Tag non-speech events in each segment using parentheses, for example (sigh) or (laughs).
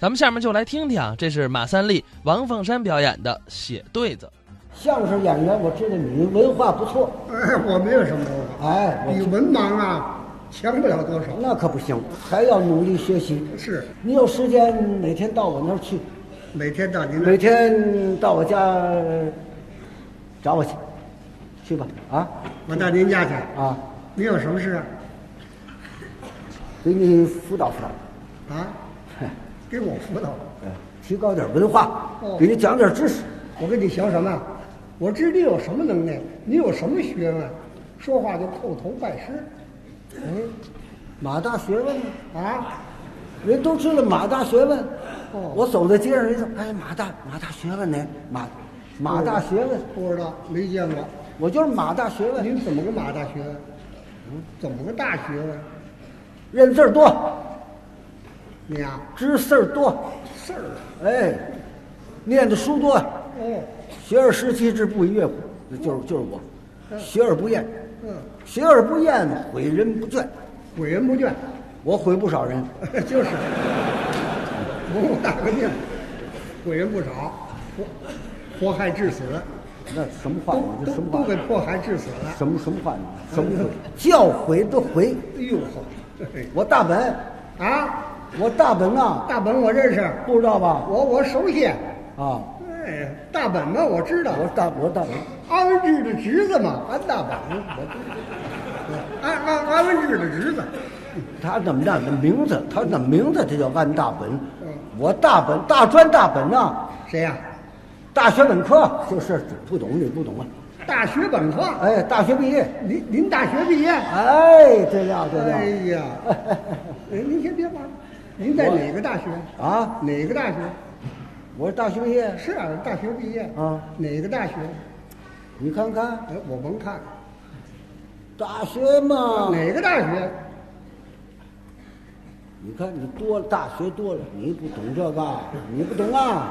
咱们下面就来听听啊，这是马三立、王凤山表演的《写对子》。相声演员，我知道你文化不错，哎， (laughs) 我没有什么文化，哎，比我文盲啊强不了多少。那可不行，还要努力学习。是你有时间哪天到我那儿去，每天到您那每儿天到我家呃找我去，去吧，啊我到您家去。啊，您有什么事啊？给你辅导辅导， (laughs) 啊，给我辅导。哎提高点文化哦，给你讲点知识。我跟你学什么？我知你有什么能耐，你有什么学问，啊说话就叩头拜师。马大学问啊，啊，人都知道马大学问。哦我走在街上，人说：“哎，马大马大学问呢？马马大学问，不知道，没见过。我就是马大学问，您怎么个马大学问？嗯怎么个大学问？认字儿多，你啊，知事儿多。”事儿啊哎，念的书多，哦，学而时齐，志不亦乐乎？那就是就是我，学而不厌，嗯，学而不厌，毁人不倦。诲人不倦，我毁不少人， (laughs) 就是，不用打个命，诲人不少，祸祸害致死，那什么话？都我就什都么都话给？迫害致死了。什么什么话？你什么毁？教诲的诲。哎呦呵，嘿我大本，啊，我大本啊，大本我认识，不知道吧？我我熟悉。啊，哎，大本嘛，我知道，我大我大本，安志的侄子嘛，安大本， (laughs) 我知道，安安安文志的侄子，他怎么样？那名字，他那名字，他叫安大本嗯。我大本大专大本啊呐，谁呀、大学本科就是不懂你不懂啊。大学本科，哎，大学毕业。您您大学毕业？哎，这料这料、哎 (laughs) 呀，哎您先别忙，您在哪个大学？啊！哪个大学？我是大学毕业，是啊，大学毕业啊哪个大学？你看看哎，我甭看，大学嘛，哪个大学？你看你多了大学多了，你不懂这个，你不懂啊，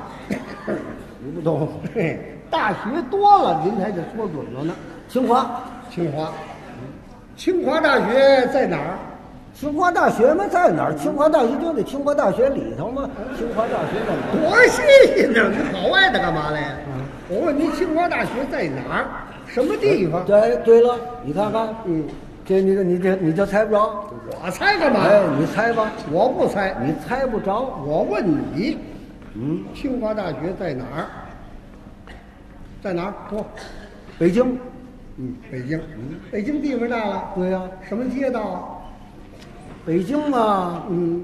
你不懂。嘿，大学多了，您还得说准了呢。清华，清华，清华大学在哪儿？清华大学嘛在哪儿？清华大学就在清华大学里头嘛。清华大学在哪儿？多新鲜呢！你跑外头干嘛来？啊我问您，清华大学在哪儿？什么地方？对对了，你看看，嗯，这你这你这你这猜不着，我猜干嘛？哎，你猜吧，我不猜，你猜不着，我问你，嗯，清华大学在哪儿？在哪儿？说，北京，嗯，北京，北京地方大了，对呀、什么街道啊？北京嘛，嗯，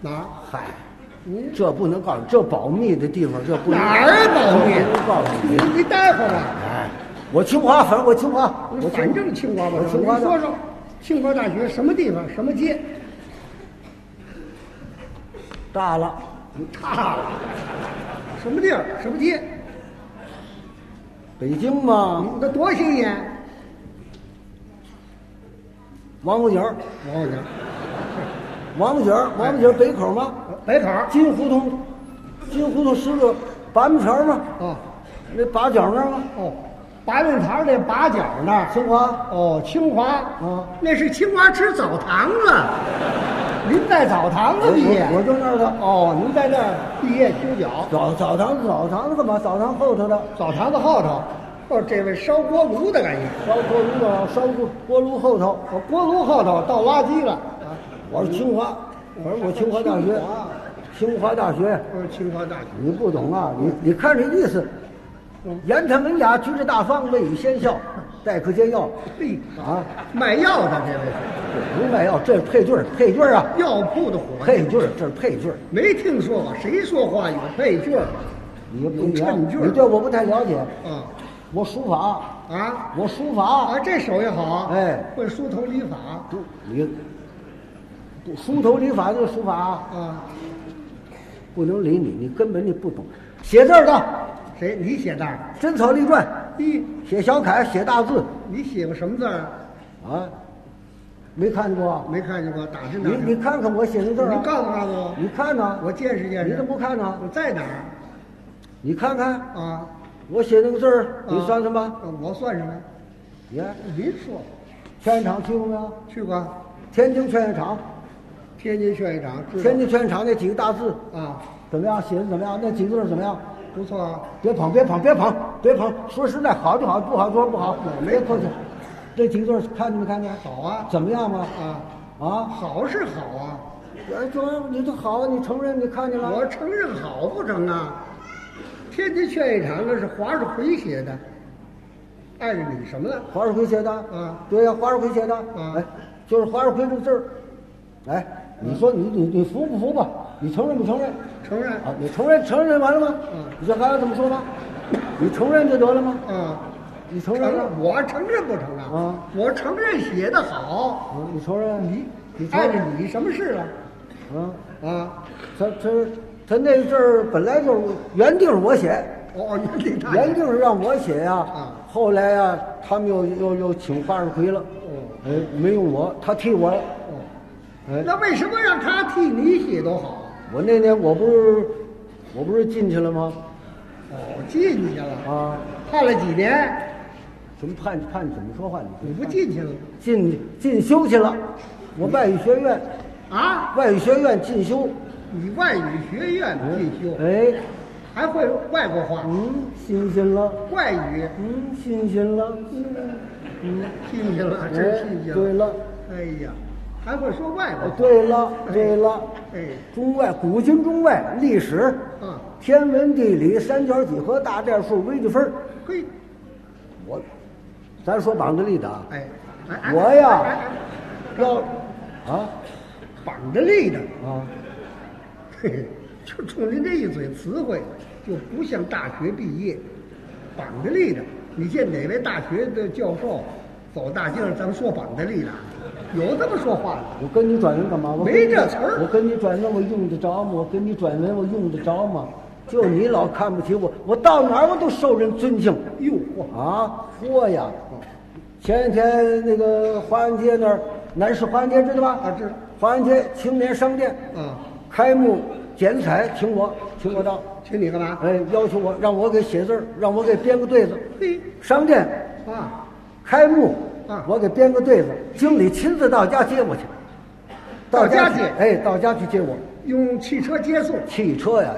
哪儿？嗨。啊嗯，这不能告诉你，这保密的地方，这不能哪儿保密这不能告诉你。你你待会儿吧，哎，我清华，反正我清华，我反正清华吧我，清华你说说，清华大学什么地方，什么街？大了，大了，什么地儿，什么街？北京嘛，那多新鲜！王府井，王府井，王府井，王府井北口嘛，北口儿金胡同，金胡同十个八门桥嘛，哦那八角那儿嘛，哦，八面堂那八角那儿。清华哦，清华嗯那是清华吃澡堂子。您在澡堂我子毕业？我我就那儿的。哦，您在那儿毕业修脚，澡澡堂子，澡堂子干嘛？澡堂后头的澡堂子后头。哦，这位烧锅炉的感觉，烧锅炉啊，烧锅锅炉后头。哦，锅炉后头倒垃圾了。啊，我是清华，我说我清华大学，清华大学。我说清华大学。你不懂啊，你你看这意思，言谈文雅，举止大方，未语先笑，待客煎药嘿，啊，卖药的这位是不卖药，这是配句儿，配句儿啊，药铺的伙计，配句儿，这是配句儿，没听说过，谁说话有配句儿？你不一样，衬句儿你对我不太了解，啊我书法，啊我书法啊！，这手艺好，哎会梳头理发不你不梳头理发这个书法啊。不能理你，你根本你不懂，写字儿的谁？你写字儿？ 《真草立传咦，》，写小楷，写大字你写过什么字儿？啊，没看见过啊？没看见过，打听打你听。你看看我写的字儿你啊。告诉告诉我，你看呐，我见识见识。你怎么不看呢我在哪儿你看看啊？我写那个字儿，啊你算算吧。呃我算什么？你看您说劝业场去过没有？啊去过？天津劝业场，天津劝业场知道天津劝业场那几个大字啊，怎么样？写的怎么样？那几个字儿怎么样？不错啊。别捧，别捧，别捧，别捧！说实在，好就好，不好就说不好，没客气。这几个字儿看见没看见？好啊怎么样嘛？啊，啊，好是好啊，哎，这玩意儿你这好啊，你承认你看见了？我承认好不成啊？天津劝业场那是华世奎写的，碍着你什么了？华世奎写的，嗯对呀、华世奎写的，嗯哎，就是华世奎这个字儿，哎，你说你你你服不服吧？你承认不承认？承认啊，你承认承认完了吗？嗯你这还要怎么说吗？你承认就得了吗？啊，你承承认认了？我承认不承认？啊，我承认写的好，嗯你承认？你你承碍着认？你什么事了？嗯，啊，他他他那阵儿本来就是原定是我写，哦，原地大原定是让我写呀、嗯后来呀、他们又又又请华世奎了，哎，没用我，他替我了，哎，哦那为什么让他替你写都好？我那年我不是我不是进去了吗？哦，进去了，啊，判了几年，怎么判判怎么说话？你你不进去了进进修去了，我外语学院啊？外语学院进修，你外语学院进修，哎，还会外国话，嗯，新鲜了，外语嗯，新鲜了，嗯，进去了，哎真进去了。对了，哎呀，还会说外国哎话。，对了对了，哎，中外古今中外历史，啊，天文地理三角几何大代数微积分，嘿，我，咱说绑着例的啊，哎，哎哎我呀哎哎哎要，啊绑着立的，啊。嘿嘿，就冲您这一嘴词汇，就不像大学毕业，绑着立的。你见哪位大学的教授走大街上，咱们说绑着立的，有这么说话的？我跟你转文干嘛？我跟你没这词儿我跟你转文，我用得着吗？我跟你转文，我用得着吗？就你老看不起我，我到哪儿我都受人尊敬哟嚯，啊！嚯呀！前几天那个华安街那儿，南市华安街知道吧？啊知道。华安街青年商店啊，开幕剪彩，请我，请我到，请你干嘛？哎，要求我让我给写字儿，让我给编个对子。嘿，商店啊，开幕啊，我给编个对子，经理亲自到家接我去。到到家去接，哎，到家去接我。用汽车接送，汽车呀，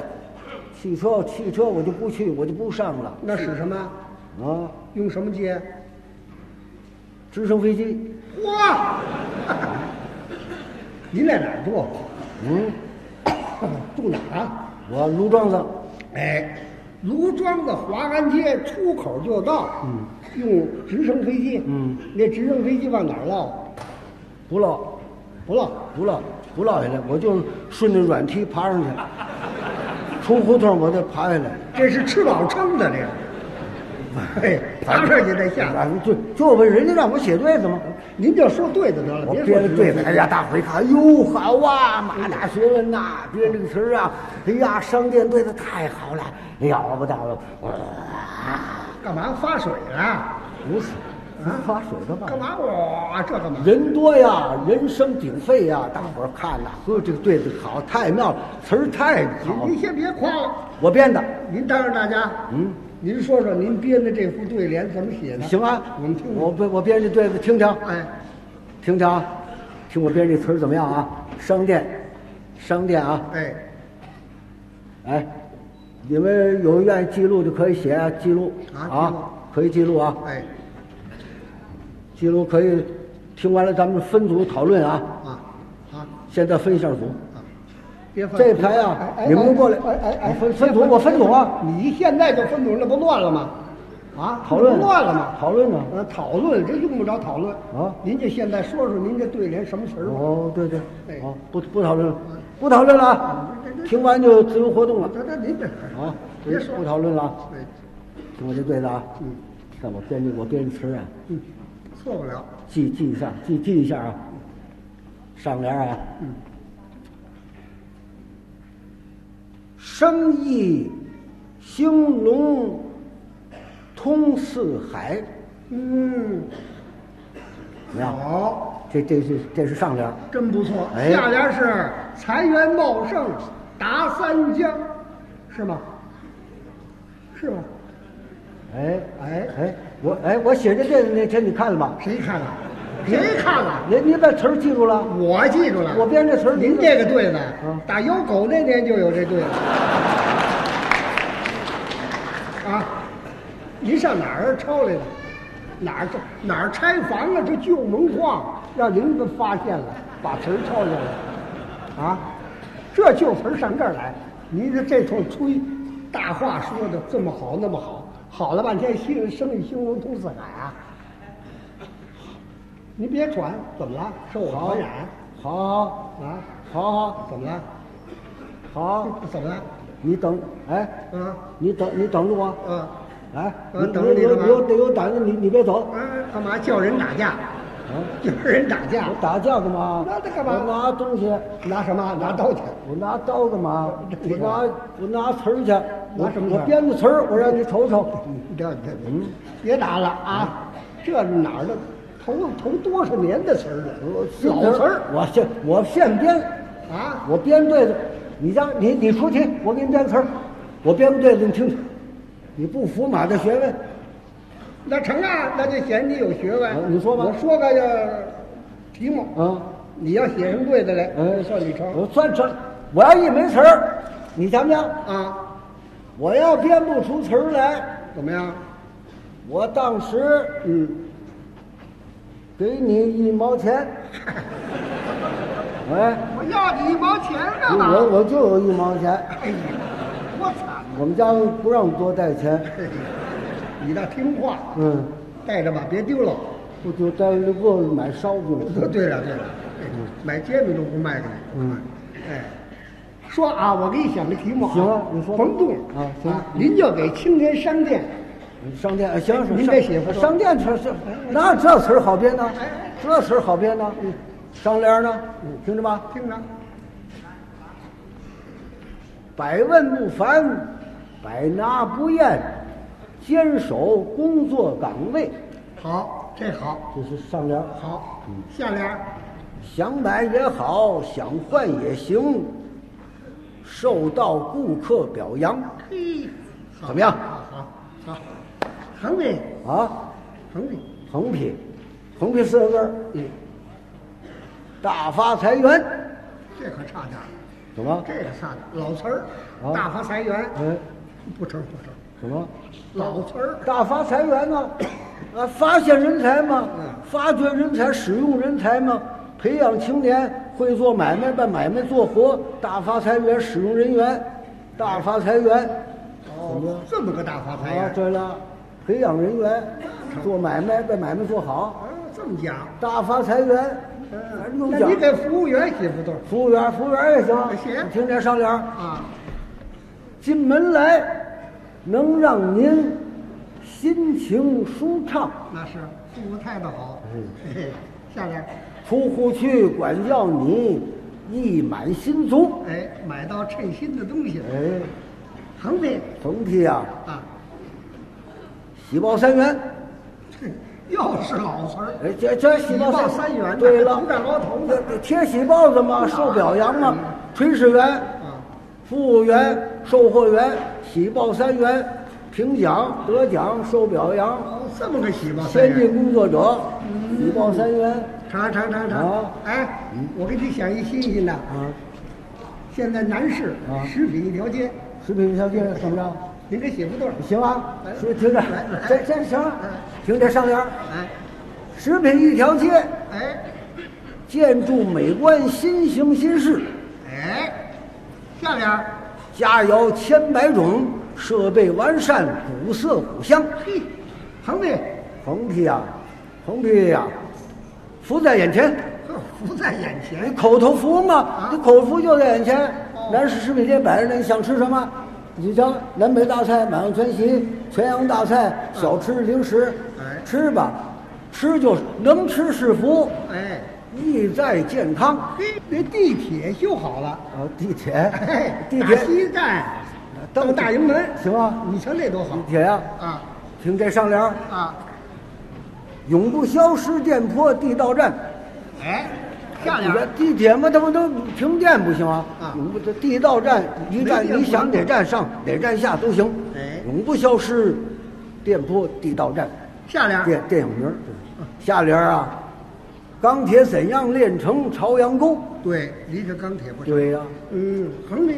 汽车，汽车我就不去，我就不上了那使什么？啊！用什么接？直升飞机，哇！ (laughs) 您在哪儿住？嗯，住哪儿啊？我卢庄子，哎，卢庄的华安街出口就到。嗯，用直升飞机。嗯，那直升飞机往哪儿落？不落，不落。不落，不落下来，我就顺着软梯爬上去，出胡同我就爬下 (laughs) 来，这是吃饱撑的，这个。哎，爬上去再下来。啊，对，就问人家让我写对子吗？您就说对的得了，我别说编了对子，哎呀，大伙儿一看，哎呦，好啊，马大学问呐、编这个词儿啊，哎呀，商店对子太好了，了不得了，哇，干嘛发水啊？不是，发水的吧？干嘛哇？这干嘛？人多呀，人声鼎沸呀，大伙儿看呐，呵，这个对子好，太妙了，词儿太好您了您，先别夸了，我编的，您当着大家，嗯，您说说您编的这副对联怎么写的？行啊，我们听听我编我编这对子，听听，哎，听听啊，听我编这词儿怎么样啊？商店，商店啊，哎，哎，你们有人愿意记录就可以写啊记录啊记录可以记录啊，哎，记录可以，听完了咱们分组讨论啊，啊，啊，现在分一下组。别放这排啊，你们都过来哎哎哎，分分组，我分组啊，你现在就分组，那不乱了吗？啊，讨论那不乱了吗？讨论呢。呃，讨论这用不着讨论啊您就现在说说您这对联什么词儿吧？哦，对对哎，好，不不讨论了，不讨论了啊嗯这！这听完就自由活动了这这您这啊！别说不讨论了啊！哎，听我这对子啊，嗯看我编这我编这词儿啊，嗯，错不了，记记一下，记记一下啊。上联啊，嗯，生意兴隆通四海，嗯，怎么样？好。这这是这是上联，真不错。哎下联是财源茂盛，达三江，是吗？是吗？哎哎哎，我哎我写这对子那天你看了吧？谁看了？您看看，您您把词儿记住了？我记住了，我编这词儿记住了，您这个对子嗯，打有狗那年就有这对子。啊，您上哪儿抄来的？哪儿抄哪儿拆房啊？这旧门框让您们发现了，把词儿抄下来。啊，这旧词儿上这儿来，您这这通吹，大话说的这么好那么好，好了半天心生意兴隆通四海啊。您别传，怎么了？受我传染？好好啊，好好怎么了？好，哦怎么了？你等，哎，啊你等你等着我，啊！来，嗯等着你你有呢吧有有有胆子，你你别走，啊，干嘛叫人打架？ (laughs) 啊，叫人打架我？打架干嘛？那他干嘛我拿东西，拿什么？拿刀去？我拿刀干嘛？这我个拿我拿词儿去，我拿什么词儿我编个词儿，我让你瞅瞅。你这这，别打了啊！这是哪儿的？头头多少年的词儿了？老词儿我现我现编，啊！我编对子，你让你你出题，我给你编词儿，我编不对子你听听，你不服马的学问，那成啊，那就显你有学啊问。你说吧我说个呃题目，嗯，你要写成对的来，嗯就啊哎算你成我算成，我要一没词儿，你想不想？啊？我要编不出词儿来，怎么样？我当时嗯，给你一毛 (laughs) 钱，喂，我要你一毛钱干嘛？我我就有一毛钱。哎呀，多惨！我们家不让多带钱，嘿你倒听话，嗯，带着吧，别丢了。不就带着过去买烧饼。 (laughs) 对了对了，哎买煎饼都不卖给你。嗯，哎，说啊，我给你想个题目、啊。行啊你说吧甭动啊行您就给青年商店。商店，哎行，您商这写不错商店词是，那这词儿好编呢哎嗯哎，这词儿好编呢。商联呢，听着吧，听着，百问不烦，百拿不厌，坚守工作岗位，好，这好，这是上联。好，嗯下联儿想买也好，想换也行，受到顾客表扬，嘿，哎好怎么样好好好，横批，啊。横批，横批，横批四个字儿，嗯，大发财源，这可差点儿，怎么？这个差点儿，老词儿，啊大发财源，嗯，不成不成，怎么？老词儿。大发财源呢？啊，发现人才嘛嗯，发掘人才，使用人才嘛，培养青年会做买卖，把买卖做活，大发财源，使用人员，大发财源。哦，这么个大发财啊呀，！对了，培养人员，做买卖，把买卖做好，啊，这么讲，大发财源。咱嗯弄那讲你给服务员写不对服务员，服务员也行，行你听这商量。啊？进门来，能让您心情舒畅。那是服务态度好。嗯 (laughs) 嘿嘿，下来，出户去管教你，一满心足。哎，买到称心的东西，哎，横批横批啊，啊，喜报三元。哼又是老词儿。哎，这这喜报喜报三元对了不干老头，子这贴喜报子嘛，受表扬嗯嘛。炊事员、啊，服务员、售货员，喜报三元，评奖、得奖、受表扬。哦，这么个喜报三先进元。工作者，喜报三元。尝尝尝啊尝，哎，我给你想一新鲜的。啊，现在南市啊食品一条街，食品条件怎么着？您给写不对儿。行啊来，是停着来来，这这行啊嗯，停这上联儿，哎食品一条街，哎建筑美观新形新式，哎，下联儿。佳肴千百种，设备完善，古色古香。嘿，横批，横批呀，横批呀，福在眼前，呵福在眼前你。口头福嘛，你口福就在眼前啊哦。南市食品街摆着呢，你想吃什么？你瞧，南北大菜满汉全席，全羊大菜，小吃零食啊哎，吃吧，吃就是能吃是福。哎，意在健康。嘿，那地铁修好了，啊，地铁哎，，地大铁，西站当到大营门，行啊，你瞧那多好地铁呀、啊听这上联儿，啊！永不消失电波地道战。哎，下联儿地铁嘛，他不都停电不行啊？啊永不这地道战一站，没电你想不行哪站上哪站下都行。哎永不消失电波地道战。下联儿电电影名儿，下联儿啊，钢铁怎样炼成朝阳沟？对，离开钢铁不是？对呀、嗯，横的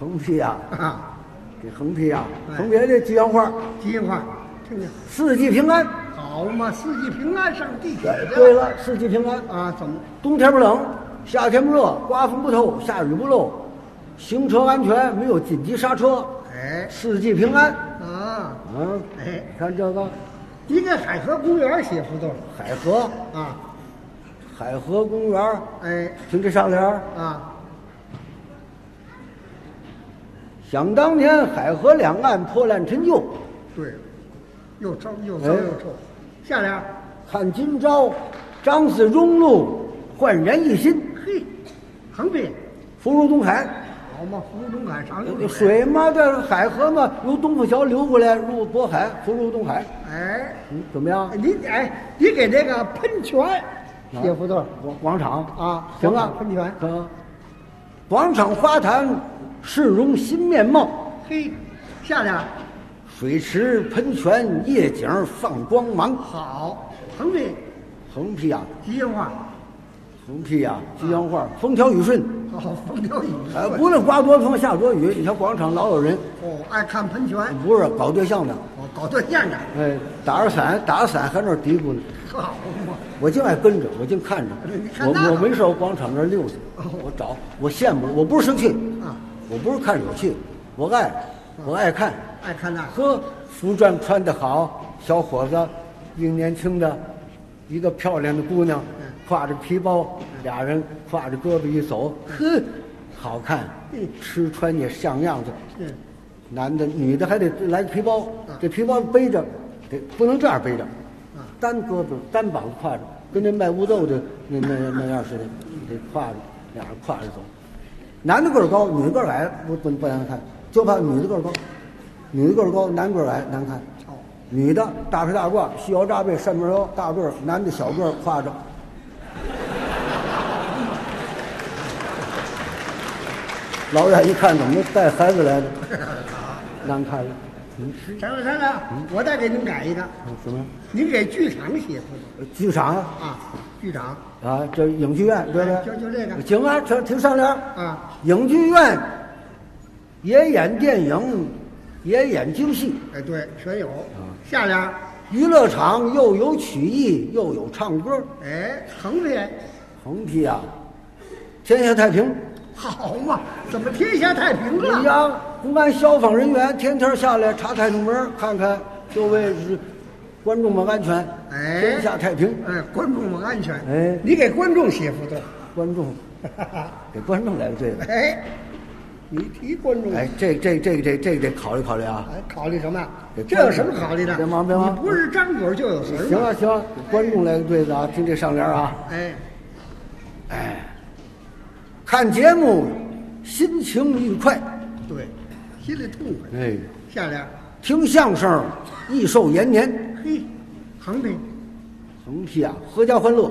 横批呀、啊，这横批呀、哎横别这吉祥话，吉祥话，听听，四季平安。好嘛，四季平安，上地铁去对了，四季平安，啊，怎么？冬天不冷，夏天不热，刮风不透，下雨不漏，行车安全，没有紧急刹车，哎，四季平安。啊，嗯，哎，看这个应该海河公园写胡同海河，啊，海河公园，哎，听这上联儿。啊，想当年，海河两岸破烂陈旧，对，又脏又哎脏又臭，下联儿，看今朝，张死庸路，焕然一新，嘿，横批，福如东海。好嘛，福中海上又水嘛，这海河嘛，由东府桥流过来，入渤海，不入东海。哎，嗯，怎么样？你哎，你给这个喷泉写胡同广广场啊行啊广，场喷泉行。广场花坛市容新面貌，嘿，下联儿，水池喷泉夜景放光芒。好，横批，横批啊，吉祥话，横批啊，吉祥话，风调雨顺。好，风调雨哎，顺。不论刮多风下多雨，你瞧广场老有人，哦，爱看喷泉，不是搞对象的，哦，搞对象的，哎，打着伞打着伞还那儿嘀咕呢。好嘛，我净爱跟着，我净看着你，看那我个哦我没少广场那儿溜达，我找，我羡慕，我不是生气，啊，我不是看有趣，我爱，我爱看。爱看那个，呵，服装穿得好，小伙子，一个年轻的，一个漂亮的姑娘，挎着皮包，俩人挎着胳膊一走，呵，好看嗯，吃穿也像样子，嗯，男的女的还得来皮包啊，这皮包背着，得不能这样背着啊，单胳膊单膀子挎着，跟那卖乌豆的那那那样似的，得挎着，俩人挎着走。男的个儿高，女的个儿矮，不不不难看，就怕女的个儿高，女的个儿高，男个儿矮难看。哦，女的大皮大褂，细腰扎背，扇面腰，大个儿；男的小个儿，挎 (laughs) 着。老远一看，怎么带孩子来了？难看了。嗯，陈老先生，我再给您改一个，嗯什么？您给剧场写胡同呃剧场啊啊，剧场啊，这影剧院对不对？就就这个行啊，这挺上联儿。啊，影剧院也演电影，也演京戏，哎对，全有，下联儿，娱乐场又有曲艺，又有唱歌。哎，横批，横批啊，天下太平。好嘛，怎么天下太平你了？家公安消防人员天天下来查太平门，看看周围是观众们安全，哎天下太平。哎，观众们安全，哎你给观众写胡同，观众给观众来个这个， (laughs) 哎，你提观众，哎，这这这这这得考虑考虑啊。哎，考虑什么呀给？这有什么考虑的？别忙别忙你不是张嘴就有词儿吗行啊，行啊，给观众来个对子啊，听这上联啊。哎，看节目，心情愉快。对，心里痛快。哎，下联，听相声，益寿延年。嘿，横批，横批啊，阖家欢乐。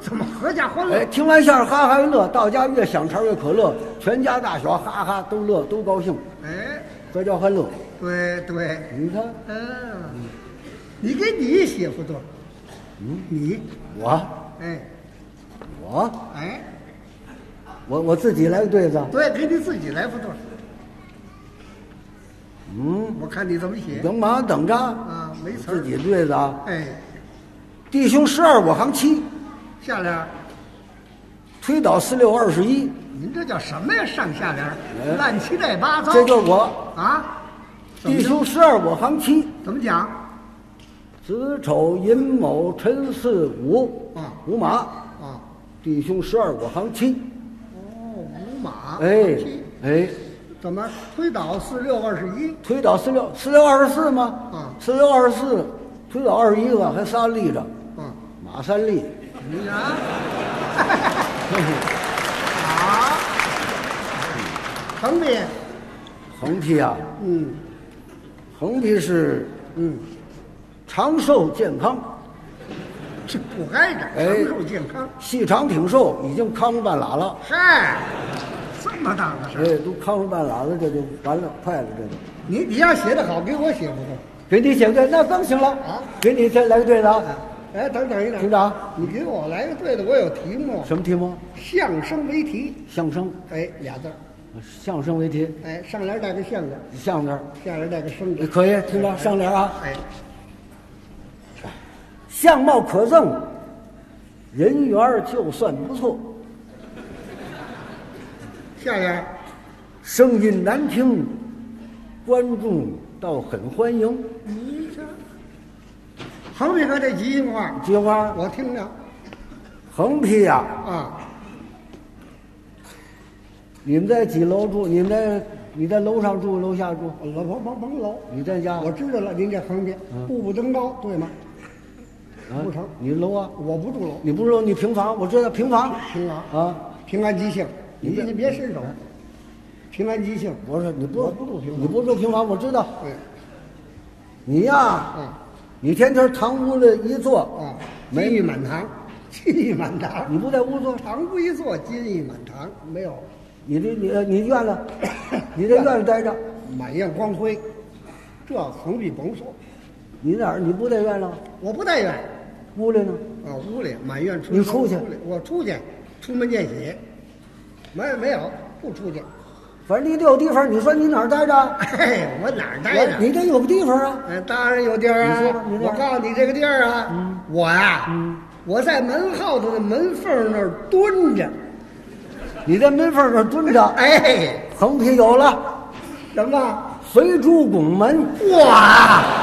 怎么合家欢哎，乐？听完相声哈哈一乐，到家越享茶越可乐，全家大小哈哈都乐都高兴，哎，阖家欢乐。对对，你看嗯，你给你写不多，嗯你，我，哎我，哎，我我自己来个对子。对，给你自己来不多，嗯，我看你怎么写等马上等着啊，啊，没自词己儿。对子啊。哎，弟兄十二，我行七，下联，推倒四六二十一，您这叫什么呀？上下联，乱七八糟。呃这就是我。啊，怎么弟兄十二，我行七，怎么讲？子丑寅卯辰巳午嗯，午马。啊，弟兄十二，我行七。哦，五马，哎七哎，怎么推倒四六二十一？推倒四六四六二十四吗？嗯四六二十四，推倒二十一个，还仨立着，啊，马三立。你啊， (laughs) 好，嗯横批，横批啊，嗯横批是嗯，长寿健康，这不挨着，哎长寿健康。细长挺瘦，已经康半拉了。嗨，这么大个事哎儿，，都康半拉了，这就完了，快了，这就。你你要写得好，给我写不动。给你写个对，那更行了啊给你再来个对的啊，哎，等等一等，局长你给我来个对的，我有题目。啊什么题目？相声为题，相声，哎，俩字儿，相声为题，哎，上联带个相字，相声。下联带个生字，可以，听着上联啊，哎，相貌可憎，人缘儿就算不错，下联声音难听，观众倒很欢迎。你这，横批和这吉祥话，菊花我听着横批呀、啊，你们在几楼住？你们在你在楼上住，楼下住？楼甭甭甭楼，你在家？我知道了，您这横批，嗯步步登高，对吗？啊不成，你楼啊？我不住楼，你不是楼，你平房？我知道平房平房啊。平安吉庆，你你别伸手，平安吉庆，哎不是你不我不住平房你不住平房，我知道。对，你呀，啊你天天堂屋里一坐，啊，金玉满堂，金玉满堂，你不在屋坐，堂不一坐，金玉满堂，没有你这你呃你院子， (coughs) 你在院里待着，满院光辉，这横批甭说，你哪儿？你不在院了？我不但愿。屋里呢？啊，屋里满院春你风出去屋里我出去，出门见喜，没没有不出去， (laughs) 反正你得有地方，你说你哪儿待着？嘿，我哪儿待着？你得有个地方啊。哎，当然有地儿啊你说吧！你说嗯我告诉你这个地儿啊，我呀、我在门号的门缝那儿蹲着，你在门缝那儿蹲着，哎，横批有了，什么？肥猪拱门。 (laughs) 哇！